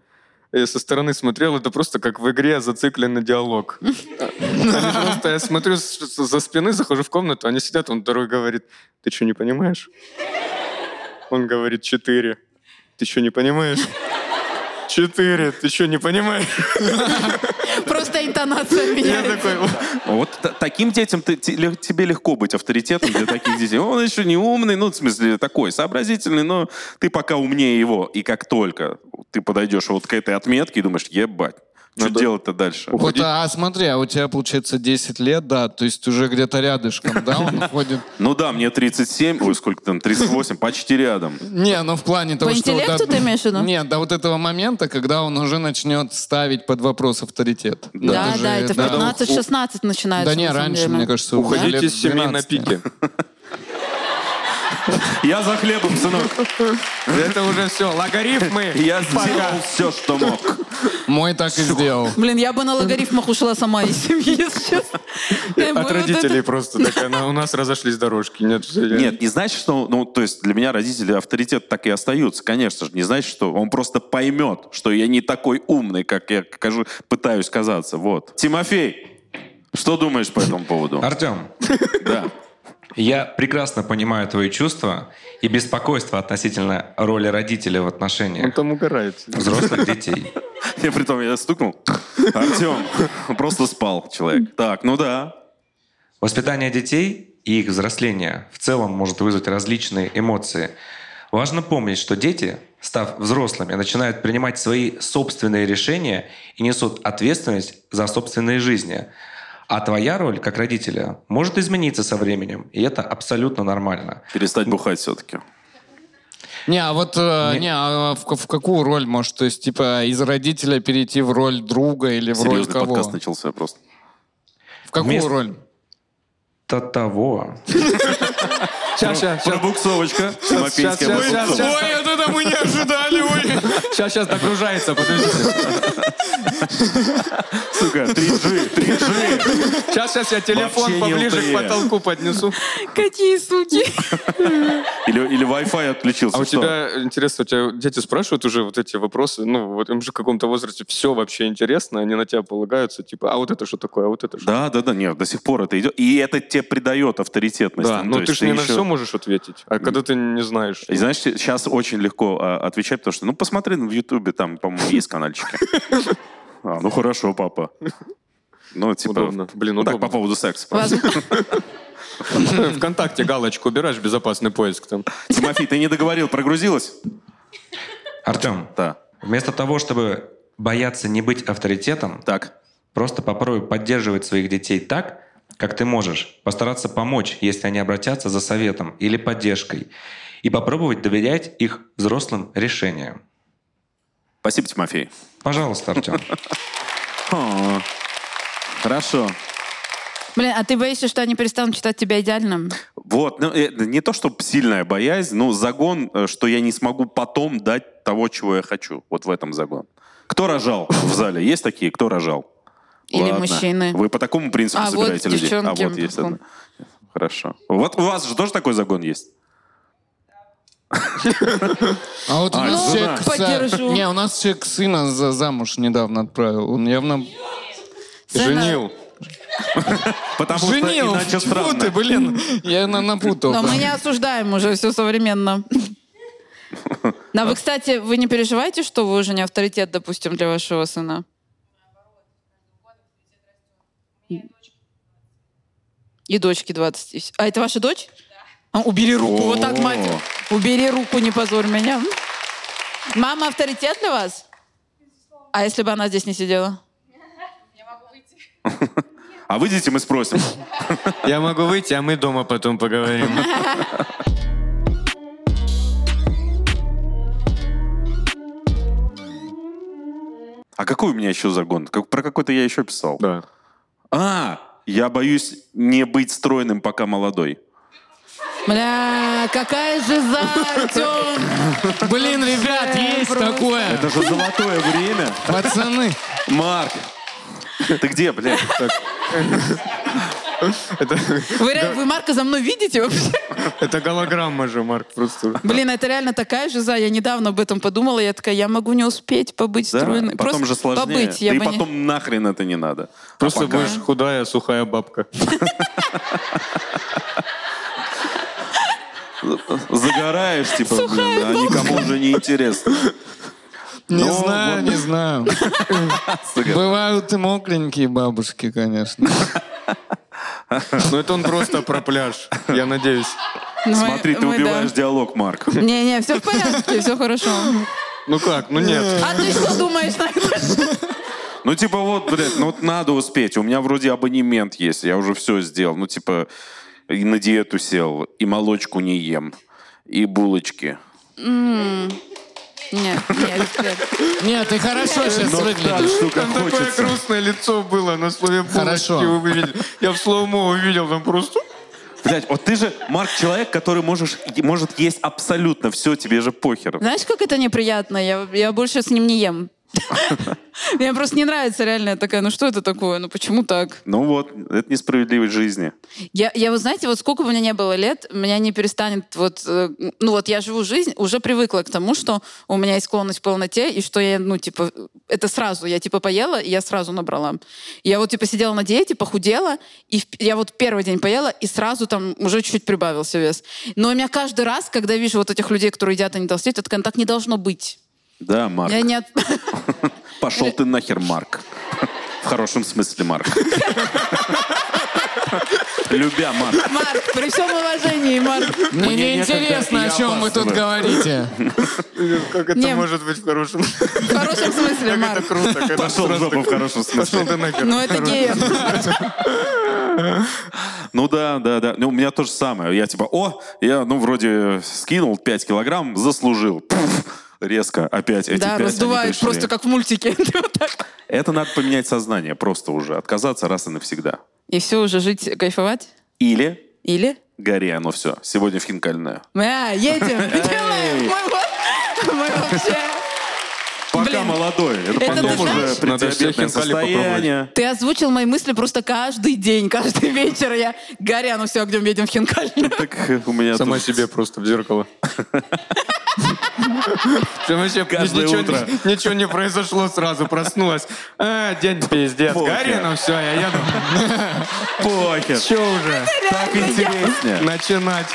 B: Я со стороны смотрел, это просто как в игре зацикленный диалог. Они просто, я смотрю с- с- за спины, захожу в комнату, они сидят, он второй говорит, ты что, не понимаешь? Он говорит, четыре. Ты что, не понимаешь? Четыре, ты что, не понимаешь?
D: Просто интонация
B: Я
D: меняется.
B: такой,
G: Вот т- таким детям ты- те- лег- тебе легко быть авторитетом для таких детей. Он еще не умный, ну, в смысле, такой сообразительный, но ты пока умнее его. И как только ты подойдешь вот к этой отметке и думаешь, ебать, что
B: Надо-
G: делать-то дальше?
C: Вот, а смотри, а у тебя получается 10 лет, да, то есть уже где-то рядышком, да, он ходит.
G: Ну да, мне 37, ой, сколько там, 38, почти рядом.
C: Не, ну в плане того,
D: По
C: что...
D: интеллекту
C: да-
D: ты имеешь в виду?
C: Нет, до вот этого момента, когда он уже начнет ставить под вопрос авторитет.
D: Да,
C: же-
D: да, это в
C: да.
D: 15-16 начинается.
C: Да не,
D: на самом
C: раньше,
D: деле.
C: мне кажется, уже лет
B: уходите с семьей на
C: 12.
B: пике.
G: Я за хлебом, сынок.
B: Это уже все, логарифмы.
G: Я сделал все, что мог.
C: Мой так и сделал.
D: Блин, я бы на логарифмах ушла сама из семьи, если честно. Я бы
B: От
D: вот
B: родителей
D: это-
B: просто такая, «Ну, у нас разошлись дорожки. Нет, всё, я-
G: Нет, не значит, что, ну, то есть для меня родители авторитет так и остаются, конечно же. Не значит, что он просто поймет, что я не такой умный, как я кажу, пытаюсь казаться. Вот. Тимофей, что думаешь по этому поводу?
J: Артем,
G: Да.
J: я прекрасно понимаю твои чувства и беспокойство относительно роли родителя в
B: Он
J: отношениях
B: там угорает.
J: взрослых детей.
G: Я при том, я стукнул. Артем, просто спал человек. Так, ну да.
J: Воспитание детей и их взросление в целом может вызвать различные эмоции. Важно помнить, что дети, став взрослыми, начинают принимать свои собственные решения и несут ответственность за собственные жизни. А твоя роль как родителя может измениться со временем, и это абсолютно нормально.
B: Ну,
G: Перестать бухать все-таки.
C: Не, а вот э, не, а в, ка- в какую роль может, то есть, типа, из родителя перейти в роль друга или в роль
G: Серьезный
C: кого?
G: подкаст начался просто.
C: В какую
J: Вместо-
C: роль?
J: До того.
B: Сейчас, сейчас,
G: Пробуксовочка. Тимофейская
B: сейчас,
G: пробуксовочка.
B: сейчас.
C: это мы не ожидали,
B: Сейчас, сейчас нагружается, подождите.
G: Сука, 3G, 3G.
B: Сейчас, сейчас я
G: Вообще
B: телефон
G: не
B: поближе
G: LTE.
B: к потолку поднесу.
D: Какие суки.
G: Или, или Wi-Fi отключился.
B: А у
G: что?
B: тебя, интересно, у тебя дети спрашивают уже вот эти вопросы? Ну, вот им же в каком-то возрасте все вообще интересно, они на тебя полагаются, типа, а вот это что такое, а вот это что?
G: Да, да, да, нет, до сих пор это идет. И это тебе придает авторитетность.
B: Да, но
G: Ну, то
B: ты
G: есть
B: же не на
G: еще-
B: все можешь ответить, а когда ты не знаешь.
G: И знаешь, сейчас очень легко а, отвечать, потому что, ну, посмотри ну, в Ютубе, там, по-моему, есть канальчики. А, ну, хорошо, папа. Ну, типа...
B: Удобно. Блин,
G: ну, так,
B: удобно.
G: по поводу секса. просто.
D: Возможно,
B: Вконтакте галочку убираешь, безопасный поиск там.
G: Тимофей, ты не договорил, прогрузилась?
J: Артем,
G: Да.
J: вместо того, чтобы бояться не быть авторитетом,
G: Так.
J: Просто попробуй поддерживать своих детей так, как ты можешь. Постараться помочь, если они обратятся за советом или поддержкой. И попробовать доверять их взрослым решениям.
G: Спасибо, Тимофей.
J: Пожалуйста, Артем.
G: О, Хорошо.
D: Блин, а ты боишься, что они перестанут считать тебя идеальным?
G: Вот, ну, э, не то, что сильная боязнь, но загон, э, что я не смогу потом дать того, чего я хочу. Вот в этом загон. Кто рожал в зале? Есть такие? Кто рожал?
D: Или мужчины.
G: Вы по такому принципу
D: А,
G: собираете
D: вот
G: людей? А
D: девчонки
G: вот есть
D: в
G: одна. Хорошо. Вот у вас же тоже такой загон есть?
C: А вот у нас
D: ну,
C: человек со-
D: поддержу.
C: Не, у нас человек сына за замуж недавно отправил. Он явно...
D: Сцена-
B: Женил.
G: Потому что иначе
C: Чего
G: странно.
C: ты, блин? Я на- напутал.
D: Но
C: да.
D: мы не осуждаем уже все современно. Но вы, кстати, вы не переживаете, что вы уже не авторитет, допустим, для вашего сына? И дочке 20. И вс- А это ваша дочь? А, убери руку, вот так, мать. Убери руку, не позорь меня. Мама авторитет для вас? А если бы она здесь не сидела?
G: А выйдите, мы спросим.
E: Я могу выйти, а мы дома потом поговорим.
G: А какой у меня еще загон? Как- про какой-то я еще писал.
E: Да.
G: А, я боюсь не быть стройным, пока молодой.
D: Бля, какая же за, Артем!
C: Блин, ребят, есть
D: просто.
C: такое.
G: Это же золотое время.
C: Пацаны,
G: Марк, ты где, блядь?
D: Вы, ре- вы Марка за мной видите вообще?
E: Это голограмма же, Марк, просто.
D: Блин, это реально такая же за. Я недавно об этом подумала. Я такая, я могу не успеть побыть
G: Да,
D: стройной.
G: потом
D: Просто
G: же сложнее.
D: Побыть,
G: Да
D: я
G: и
D: бы не-
G: потом нахрен это не надо. А
E: Просто
G: пока-
E: будешь худая, сухая бабка.
G: А Загораешь, типа, блин, а никому уже не интересно.
C: не
G: Ну,
C: знаю,
G: вот.
C: не знаю. Бывают и мокренькие бабушки, конечно.
E: Ну это он просто про пляж, я надеюсь.
D: Ну, мы-
G: Смотри, ты
D: мы, да.
G: убиваешь диалог, Марк.
D: Не-не, все в порядке, все хорошо.
E: Ну как, ну нет.
D: А ты что думаешь на это?
G: Ну, типа, вот, блядь, ну вот надо успеть. У меня вроде абонемент есть, я уже все сделал. Ну, типа, и на диету сел, и молочку не ем, и булочки.
D: Нет, нет, нет.
C: Нет, ты хорошо сейчас выглядишь.
G: что
E: Там такое грустное лицо было на слове булочки,
C: Хорошо.
E: вы видели. Я в слоумо увидел, там просто...
G: Блядь, вот ты же, Марк, человек, который можешь, может есть абсолютно все, тебе же похер.
D: Знаешь, как это неприятно? Я, я больше с ним не ем. Мне просто не нравится реально. Я такая, ну что это такое? Ну почему так?
G: Ну вот, это несправедливость жизни.
D: Я, я вот знаете, вот сколько бы мне не было лет, меня не перестанет вот... э, ну вот я живу жизнь, уже привыкла к тому, что у меня есть склонность к полноте, и что я, ну типа, это сразу. Я типа поела, и я сразу набрала. Я вот типа сидела на диете, похудела, и в- я вот первый день поела, и сразу там уже чуть-чуть прибавился вес. Но у меня каждый раз, когда вижу вот этих людей, которые едят и не толстеют, я такая, «Ну, так не должно быть.
G: Да, Марк.
D: Я не от-
G: Пошел ты нахер, Марк. В хорошем смысле, Марк. Любя, Марк.
D: Марк, при всем уважении, Марк.
C: Мне
G: Мне некогда,
C: неинтересно,
G: я
C: о чем вы тут
G: опаздываю.
C: говорите.
E: Как это
D: Не.
E: может быть в хорошем?
D: В хорошем смысле,
E: Как это
D: Марк.
E: круто. когда
G: Пошел в
E: сразу
G: жопу в хорошем
E: Пошел
G: смысле.
E: ты нахер.
D: Ну это геев.
G: Ну да, да, да. Ну, у меня то же самое. Я типа, о, я, ну, вроде скинул 5 килограмм, заслужил. Пф, резко опять эти
D: Да,
G: пять, они
D: раздувают
G: пришли.
D: просто как в мультике. Ты вот так.
G: Это надо поменять сознание просто уже. Отказаться раз и навсегда.
D: И все, уже жить, кайфовать?
G: Или
D: Или?
G: гори оно все. Сегодня в хинкальное.
D: А, едем, делаем. Мы вот- Мы вообще...
G: Пока
D: Блин,
G: молодой. Это,
D: это
G: потом
D: ты
G: уже
D: знаешь?
E: Надо все
G: преддиабетное
E: хинкали
G: состояние.
D: Ты озвучил мои мысли просто каждый день, каждый вечер. Я горя, ну все, где мы едем в Хинкальную.
G: Так э, у меня
E: Сама
G: тут
E: себе просто в зеркало. Сама себе
G: Каждое
E: ничего,
G: утро.
E: не- ничего не произошло сразу, проснулась. А, день пиздец.
G: Похер.
E: Гарри, ну все, я еду.
G: похер.
E: Че уже?
G: Так интереснее.
E: Начинать.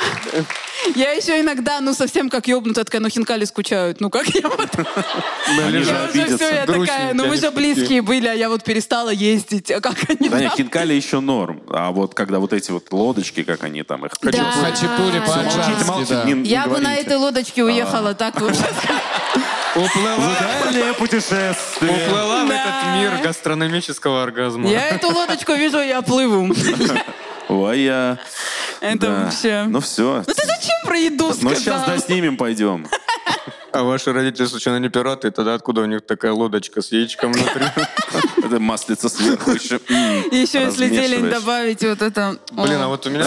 D: Я еще иногда, ну совсем как ёбнутая, такая, ну Хинкали скучают. Ну как я вот...
G: Они же
D: Я уже все,
G: обидятся.
D: я такая, ну мы же близкие были, а я вот перестала ездить. А как они
G: Да нет,
D: там?
G: хинкали еще норм. А вот когда вот эти вот лодочки, как они там их...
D: Да.
C: Хачапури
G: Молчите,
C: по-аджарски,
G: молчите,
C: да.
G: не- не
D: Я бы на
G: говорите. А.
D: этой лодочке уехала так вообще.
E: Уплыла,
G: Дальнее путешествие.
E: уплыла в
D: Да.
E: этот мир гастрономического оргазма.
D: Я эту лодочку вижу, я плыву.
G: Ой, я...
D: Это
G: да.
D: вообще...
G: Ну все.
D: Ну ты зачем про еду
G: Ну сейчас
D: сказал?
G: доснимем, пойдем.
E: А ваши родители случайно не пираты? Тогда откуда у них такая лодочка с яичком внутри?
G: Это маслица сверху еще. М,
D: И Еще если
G: размешиваешь.
D: зелень добавить, вот это...
E: Блин,
D: О.
E: а вот у меня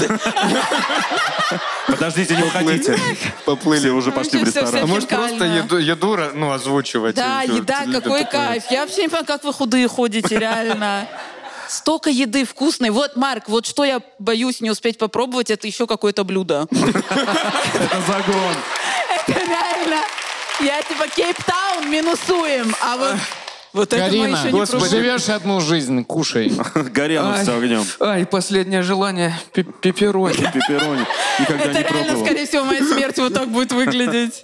G: Подождите, не уходите. Все
E: поплыли.
G: уже пошли в
D: Вообще всё,
E: А
G: ресторан.
D: всё.
E: может просто
D: Хинкально.
E: еду, еду ну, озвучивать?
D: Да,
E: Всё,
D: еда,
E: люди
D: какой
E: такое.
D: кайф. Я вообще не понимаю, как вы худые ходите, реально. Столько еды вкусной. Вот, Марк, вот что я боюсь не успеть попробовать, это еще какое-то блюдо.
G: Это загон.
D: Это реально. Я типа Кейптаун минусуем, а вот... Вот это мы
C: Карина,
D: еще не
C: господи,
D: пробовали.
C: живешь одну жизнь, кушай.
G: Горяну все огнем.
E: А, и последнее желание — пепперони.
G: Пепперони. Никогда
D: Это
G: не
D: реально,
G: пробовал.
D: скорее всего, моя смерть вот так будет выглядеть.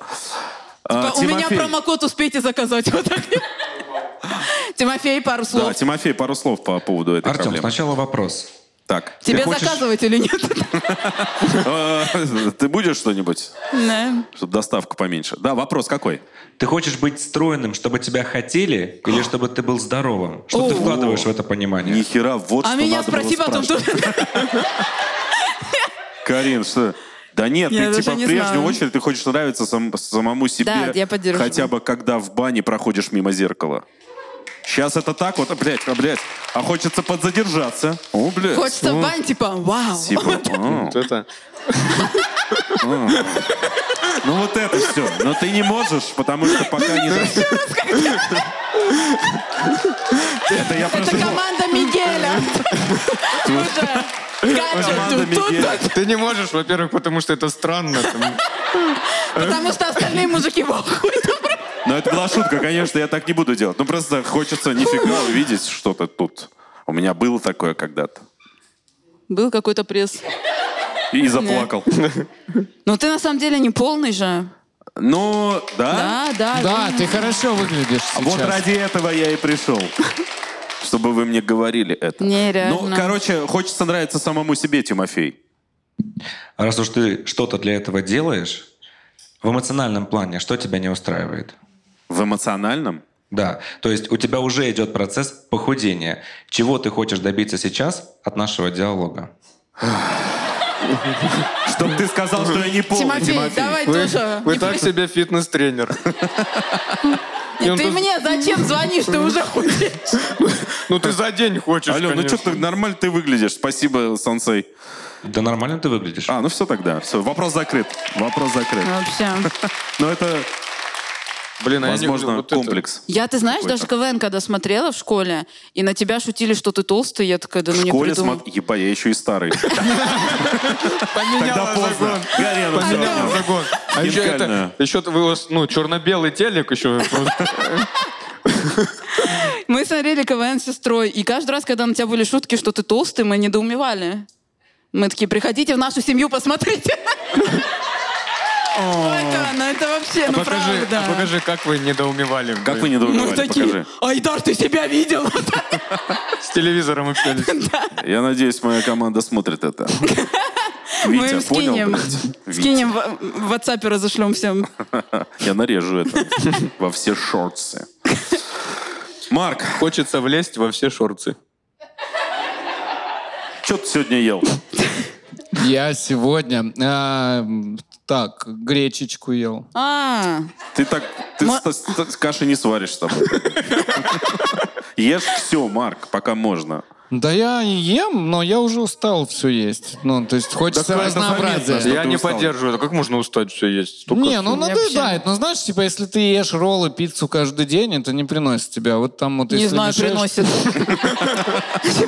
G: А,
D: У меня
G: Тимофей.
D: промокод успейте заказать. Вот так. Тимофей, пару
G: Да,
D: слов.
G: Тимофей, пару слов по поводу этой
J: Артем,
G: проблемы.
J: сначала вопрос.
G: Так.
D: Тебе
J: хочешь-
D: заказывать или нет?
G: Э, Ты будешь что-нибудь,
D: Да.
G: чтобы доставка поменьше? Да, вопрос какой?
J: Ты хочешь быть стройным, чтобы тебя хотели, или чтобы ты был здоровым? Что ты
D: О.
J: вкладываешь в это понимание?
G: Нихера, вот
D: А
G: что
D: меня
G: надо было
D: спроси потом.
G: спрашивать. Карин, что? Да нет,
D: Я
G: ты
D: даже
G: типа в
D: не
G: прежнюю
D: знаю.
G: очередь ты хочешь нравиться сам- самому себе.
D: Да, я поддерживаю.
G: Хотя бы когда в бане проходишь мимо зеркала. Сейчас это так вот, а, блядь, а, блядь, а хочется подзадержаться. О, блядь.
D: Хочется в бань, типа, вау.
G: Типа, а.
E: Вот это.
G: Ну вот это все. Но ты не можешь, потому что пока не... дошел. Это я
D: Это
G: просто...
D: команда Мигеля. Уже. Скачет.
G: Команда
D: Тут, тут,
G: Мигеля.
D: тут.
E: Ты не можешь, во-первых, потому что это странно. там.
D: Потому что остальные мужики в ахуе.
G: Но это была шутка, конечно, я так не буду делать. Ну просто хочется нифига увидеть что-то тут. У меня было такое когда-то.
D: Был какой-то пресс.
G: И заплакал.
D: Но Ну, ты на самом деле не полный же.
G: Ну, да.
D: Да, да.
C: Да,
D: да.
C: А, ты хорошо выглядишь
E: А
C: сейчас.
G: Вот ради этого я и пришел. Чтобы вы мне говорили это.
D: Нереально.
G: Ну, короче, хочется нравиться самому себе, Тимофей.
J: А Раз уж ты что-то для этого делаешь, в эмоциональном плане что тебя не устраивает?
G: В эмоциональном?
J: Да, то есть у тебя уже идет процесс похудения. Чего ты хочешь добиться сейчас от нашего диалога?
G: Чтоб ты сказал, что я не полный,
D: Тимофей,
G: Тимофей.
D: давай
E: Вы,
D: тоже.
E: вы
D: Не
E: так
D: при-
E: себе фитнес-тренер.
D: Ты
E: он тут-
D: мне зачем звонишь? Ты уже худеешь.
E: Ну ты за день хочешь,
G: Алло, ну
E: конечно.
G: что ты, нормально ты выглядишь. Спасибо, сенсей.
J: Да нормально ты выглядишь.
G: А, ну все тогда. Все, вопрос закрыт. Вопрос закрыт.
D: Вообще.
G: Но это,
E: Блин, а я не
G: возможно,
E: люблю вот это.
G: комплекс.
D: Я, ты знаешь, даже КВН, когда смотрела в школе, и на тебя шутили, что ты толстый, я такая, да ну
G: В
D: не
G: школе
D: придумал.
G: смотр... Еба, я еще и старый.
E: Поменяла
G: Тогда поздно.
E: закон.
G: Горя, ну, всё
E: Поменяла
G: равно.
E: закон. А еще
G: Хинкальная.
E: это, еще вы, у вас, ну, черно-белый телек еще. просто.
D: Мы смотрели КВН с сестрой, и каждый раз, когда на тебя были шутки, что ты толстый, мы недоумевали. Мы такие, приходите в нашу семью, посмотрите. Ой, да, ну это вообще, ну
E: Покажи,
D: правда.
E: а покажи, как вы недоумевали.
G: Как вы не
D: Мы
G: думали,
D: Ну, такие,
G: покажи.
D: Айдар, ты себя видел?
E: С телевизором общались.
G: Я надеюсь, моя команда смотрит это. Витя,
D: Мы им
G: понял,
D: скинем.
G: блядь? Витя.
D: Скинем, в в WhatsApp разошлем всем.
G: Я нарежу это во все шортсы. Марк,
E: Хочется влезть во все шорты.
G: что ты сегодня ел?
C: Я сегодня... а, м, так, гречечку ел.
D: А,
G: Ты так, ты
D: Ма-
G: с- с- с каши не сваришь с тобой. Ешь все, Марк, пока можно.
C: Да я и ем, но я уже устал все есть. Ну, то есть хочется
G: это
C: разнообразия.
G: понятно, что
E: Я
G: ты
E: не
G: устал?
E: поддерживаю. это. Как можно устать все есть? Столько
C: Не, ну
E: всего.
D: Я
C: надоедает. Ну, знаешь, типа, если ты ешь роллы, пиццу каждый день, это не приносит тебя. Вот там вот
D: не
C: если
D: знаю,
C: мешаешь-
D: приносит.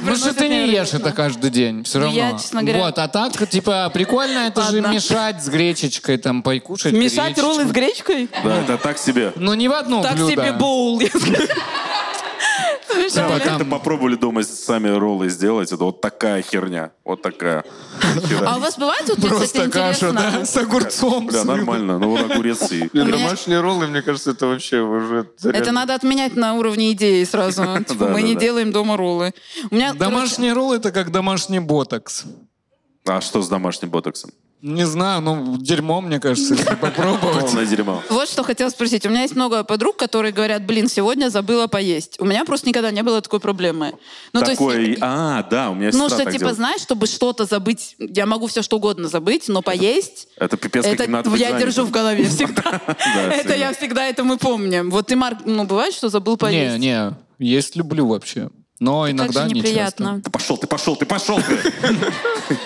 C: Ну что ты не ешь это каждый день, все
D: Ну,
C: равно.
D: я, честно говоря-
C: Вот, а так, типа, прикольно это же
D: Ладно.
C: мешать с гречечкой, там, покушать
D: Мешать
C: гречечку.
D: роллы с гречкой?
G: Да, это так себе.
C: Ну, не в одно
D: Так
C: блюдо.
D: себе боул. я скажу.
C: Типа,
D: Слушай,
C: там,
G: Как-то попробовали дома сами роллы сделать, это вот такая херня, вот такая.
D: А
G: Хера.
D: у вас бывает вот мне, кстати,
C: Просто каша, да,
D: интересно?
C: с огурцом.
G: Бля,
C: с рыбой.
G: нормально, ну вот огурец и...
E: Блин,
D: У меня-
E: домашние роллы, мне кажется, это вообще уже...
D: Это надо отменять на уровне идеи сразу. Типа,
G: Да,
D: мы
G: да,
D: не
G: да.
D: делаем дома роллы. У меня, короче,
C: Домашний ролл — это как домашний ботокс.
G: А что с домашним ботоксом?
C: Не знаю, ну, дерьмо, мне кажется, если
D: Ну,
C: попробовать.
G: Полное дерьмо.
D: вот что хотела спросить. У меня есть много подруг, которые говорят, блин, сегодня забыла поесть. У меня просто никогда не было такой проблемы. Ну, то есть,
G: Такое... А, да, у меня
D: ну,
G: сестра
D: что,
G: так
D: типа,
G: делает.
D: знаешь, чтобы что-то забыть, я могу все что угодно забыть, но поесть,
G: Это пипец,
D: это
G: каким надо быть
D: я
G: занятым.
D: держу в голове всегда. Это я всегда, это мы помним. Вот ты, Марк, ну, бывает, что забыл
C: Не,
D: поесть?
C: не, есть люблю вообще. Но
D: Как
C: иногда
D: же
C: не часто.
D: неприятно.
G: Ты пошел, ты пошел, ты пошел. ты!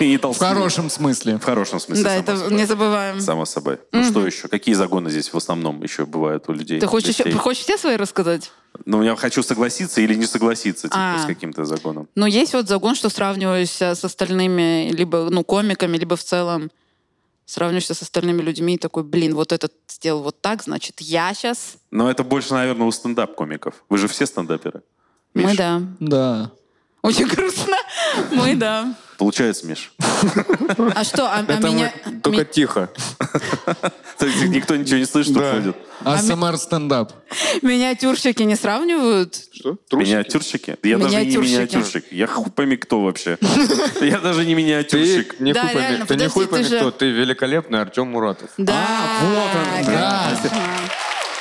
G: И не
C: В
G: толсти.
C: хорошем смысле.
G: В хорошем смысле.
D: Да,
G: само
D: это
G: собой.
D: не забываем.
G: Само собой. Ну что еще? Какие загоны здесь в основном еще бывают у людей?
D: Ты хочешь,
G: детей?
D: еще- хочешь все свои рассказать?
G: Ну, я хочу согласиться или не согласиться типа,
D: А.
G: с каким-то загоном.
D: Но есть вот загон, что сравниваешься с остальными, либо ну, комиками, либо в целом сравниваешься с остальными людьми и такой, блин, вот этот сделал вот так, значит, я сейчас...
G: Но это больше, наверное, у стендап-комиков. Вы же все стендаперы.
D: Мы
G: Миш,
D: да.
C: Да.
D: Очень грустно. Мы да.
G: Получается, Миш?
D: А что, а, а
E: Там
D: меня...
E: вот Только
D: ми-
E: тихо.
G: То есть Никто ничего не слышит,
C: Да.
G: уходит.
E: АСМР А стендап.
D: Миниатюрщики не сравнивают?
C: Что? Трусики?
G: Миниатюрщики? Я даже не
D: Миниатюрщики.
G: миниатюрщик. Я хуй пойми кто вообще. Я даже не
C: Ты
G: миниатюрщик.
C: не
D: Да,
C: хуй пойми-
D: реально,
C: ты не
D: подожди,
C: хуй
D: ты
C: пойми
D: же-
C: кто, ты великолепный Артем Муратов.
D: Да.
E: А, вот он, да.
D: конечно.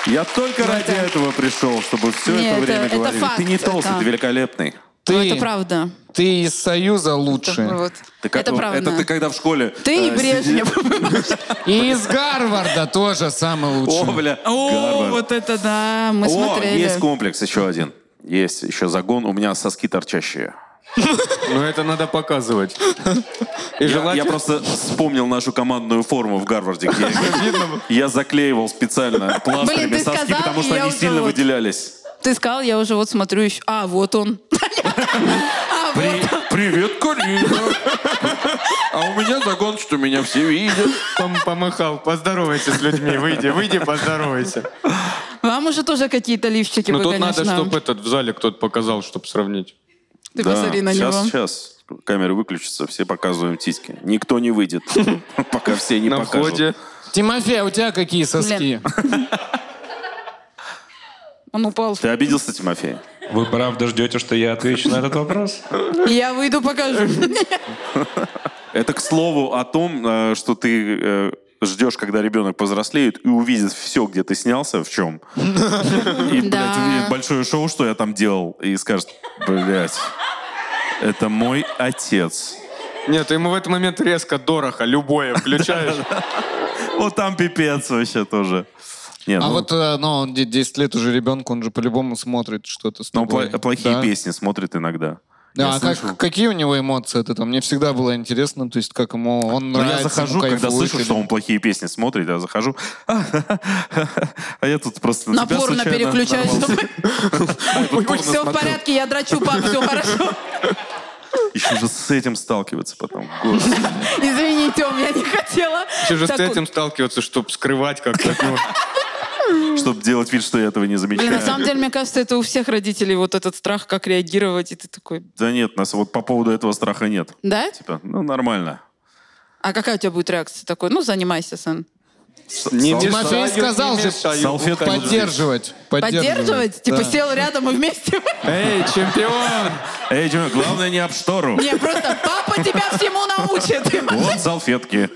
G: Я только ради этого пришел, чтобы все
D: Не,
G: это
D: это-
G: время
D: Ну, это
G: говорили.
D: факт,
G: Ты не толстый,
D: это-
G: ты великолепный.
D: Ну,
E: Ты,
D: Это правда.
E: ты из Союза лучше.
D: Вот.
G: Ты как- ну,
D: Это правда.
G: Это ты когда в школе...
D: Ты и
G: э, сидишь-
D: Брежнев.
E: И из Гарварда тоже самый
G: О,
E: лучший.
G: бля,
D: О,
G: Гарвард.
D: вот это да, мы
G: О,
D: смотрели.
G: есть комплекс еще один. Есть еще загон. У меня соски торчащие.
C: Но Ну, это надо показывать. И
G: Я, я
C: желательно...
G: просто вспомнил нашу командную форму в Гарварде, где я заклеивал специально пластырями
D: ты
G: соски,
D: сказал,
G: потому что
D: я
G: они
D: уже
G: сильно
D: вот-
G: выделялись.
D: Ты сказал, я уже вот смотрю еще. А, вот он. А,
G: Привет, Карина!
C: А у меня загон, что меня все видят. Помахал, поздоровайся с людьми, выйди, выйди, поздоровайся.
D: Вам уже тоже какие-то лифчики
C: Ну
D: вы,
C: тут надо,
D: конечно.
C: чтобы этот в зале кто-то показал, чтобы сравнить.
D: Ты посмотри на
G: сейчас,
D: него.
G: сейчас. Камеры выключатся, все показываем тиски. Никто не выйдет, пока все не
C: На
G: покажут.
C: входе.
E: Тимофей, а у тебя какие соски? А
D: Он упал.
G: Ты обиделся, Тимофей?
J: Вы правда ждете, что я отвечу на этот вопрос?
D: Я выйду, покажу.
G: Это к слову о том, э, что ты э, ждешь, когда ребенок повзрослеет и увидит все, где ты снялся, в чем. И, блядь,
D: Да.
G: увидит большое шоу, что я там делал, и скажет, блядь, это мой отец.
C: Нет, ему в этот момент резко дорого, любое включаешь.
G: Вот там пипец вообще тоже. Нет,
E: А
G: ну,
E: вот, э, ну, он де- 10 лет уже ребенку, он же по-любому смотрит что-то с
G: ну,
E: тобой.
G: пла- плохие
E: Да?
G: песни смотрит иногда.
E: Да,
G: Я
E: а как-
G: слышал.
E: какие у него эмоции от этого? Мне всегда было интересно, то есть как ему он
G: Ну, я
E: нравится,
G: захожу,
E: ему
G: когда
E: кайфует
G: слышу,
E: или-
G: что он плохие песни смотрит, я захожу, а я тут просто на
D: На
G: тебя
D: порно
G: случайно
D: переключаюсь,
G: нарвался.
D: чтобы... Все в порядке, я драчу, пап, все хорошо.
G: Еще же с этим сталкиваться потом. Господи.
D: Извините, у меня не хотела.
C: Еще же с
D: Так,
C: этим сталкиваться, чтобы скрывать как-то. ну.
G: чтобы делать вид, что я этого не замечаю.
D: Блин, на самом деле, мне кажется, это у всех родителей вот этот страх, как реагировать, и ты такой,
G: Да нет, нас вот по поводу этого страха нет.
D: да?
G: Типа, ну нормально.
D: А какая у тебя будет реакция такой? Ну, занимайся, сын.
C: Не
E: Тимофей
C: мешаю,
E: сказал
C: не
E: же
C: мешаю.
G: Салфетка
E: поддерживать.
D: Поддерживать? Типа
E: да.
D: сел рядом и вместе.
C: Эй, чемпион!
G: Эй, Дима, главное не об штору.
D: Не, просто папа тебя всему научит.
G: Вот салфетки.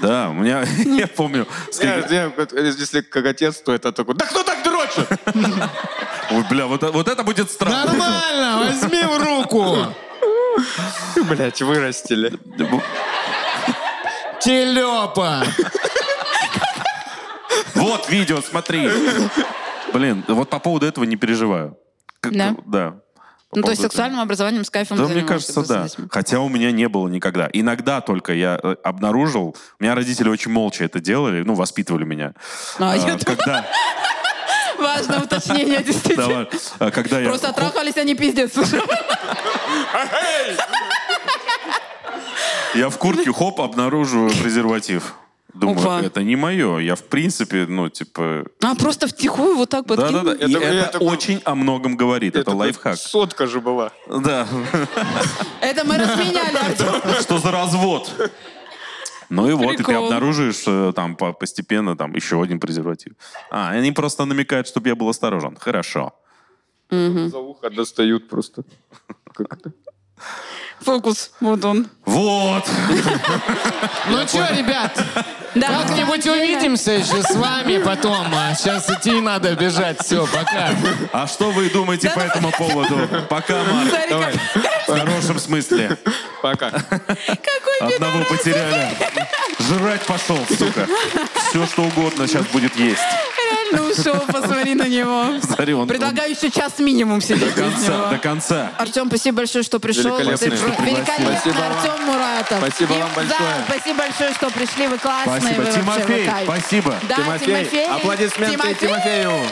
G: Да, у меня, я помню, с
C: Я-
G: как-
C: я- Если как отец, то это такой, да кто так дрочит?
G: Ой, бля, вот, э- вот это будет страшно.
E: Нормально, возьми в руку.
C: Блять, вырастили.
E: Телепа.
G: Вот видео, смотри. Блин, вот по поводу этого не переживаю. Как-
D: Да?
G: Да. По
D: Ну, то
G: поводу
D: есть
G: этого.
D: сексуальным образованием с кайфом
G: Да, мне
D: занимаешься,
G: кажется, да.
D: обязательно.
G: Хотя у меня не было никогда. Иногда только я э, обнаружил, у меня родители очень молча это делали, ну, воспитывали меня.
D: А, я
G: Э, когда,
D: Важное уточнение, действительно.
G: давай, э, когда я...
D: Просто трахались они пиздец. уже.
G: Я в куртке, хоп, обнаруживаю презерватив. Думаю,
D: Опа.
G: это не мое. Я, в принципе, ну, типа...
D: А просто втихую вот так вот.
G: Да-да-да. И
C: Я
G: это,
C: такой- я такой-
G: очень о многом говорит. Это,
C: такой,
G: лайфхак.
C: Сотка же была.
G: Да.
D: Это мы разменяли, Артём.
G: Что за развод? Ну и вот, и ты
D: Прикол.
G: обнаруживаешь э, там по- постепенно там еще один презерватив. А, они просто намекают, чтобы я был осторожен. Хорошо.
C: За ухо достают просто. Как это?
D: Фокус, вот он.
G: Вот!
E: Ну что, ребят,
D: Да,
E: как-нибудь увидимся еще с вами потом. А сейчас идти надо, бежать. Все, пока.
G: А что вы думаете по этому поводу? Пока, Марк.
D: Смотри, как-
G: В хорошем смысле.
C: Пока.
D: какой пидор.
G: Одного потеряли. Жрать пошел, сука. Все, что угодно сейчас будет есть.
D: Реально ушел, посмотри на него.
G: Смотри, он, он
D: Предлагаю еще час минимум сидеть
G: до
D: без
G: конца, до
D: него.
G: конца.
D: Артем, спасибо большое, что пришел.
C: Великолепно,
D: Ты
C: что
D: про-
C: пригласили.
D: Великолепно,
C: Спасибо вам.
D: Артем Муратов.
C: Спасибо вам
B: Да,
C: большое.
B: спасибо большое, что пришли. Вы классные.
G: Спасибо.
B: Вы вообще, вы
G: Тимофей,
B: кайф.
G: спасибо.
D: Да, Тимофей.
C: Аплодисменты
D: Тимофей.
C: Тимофею.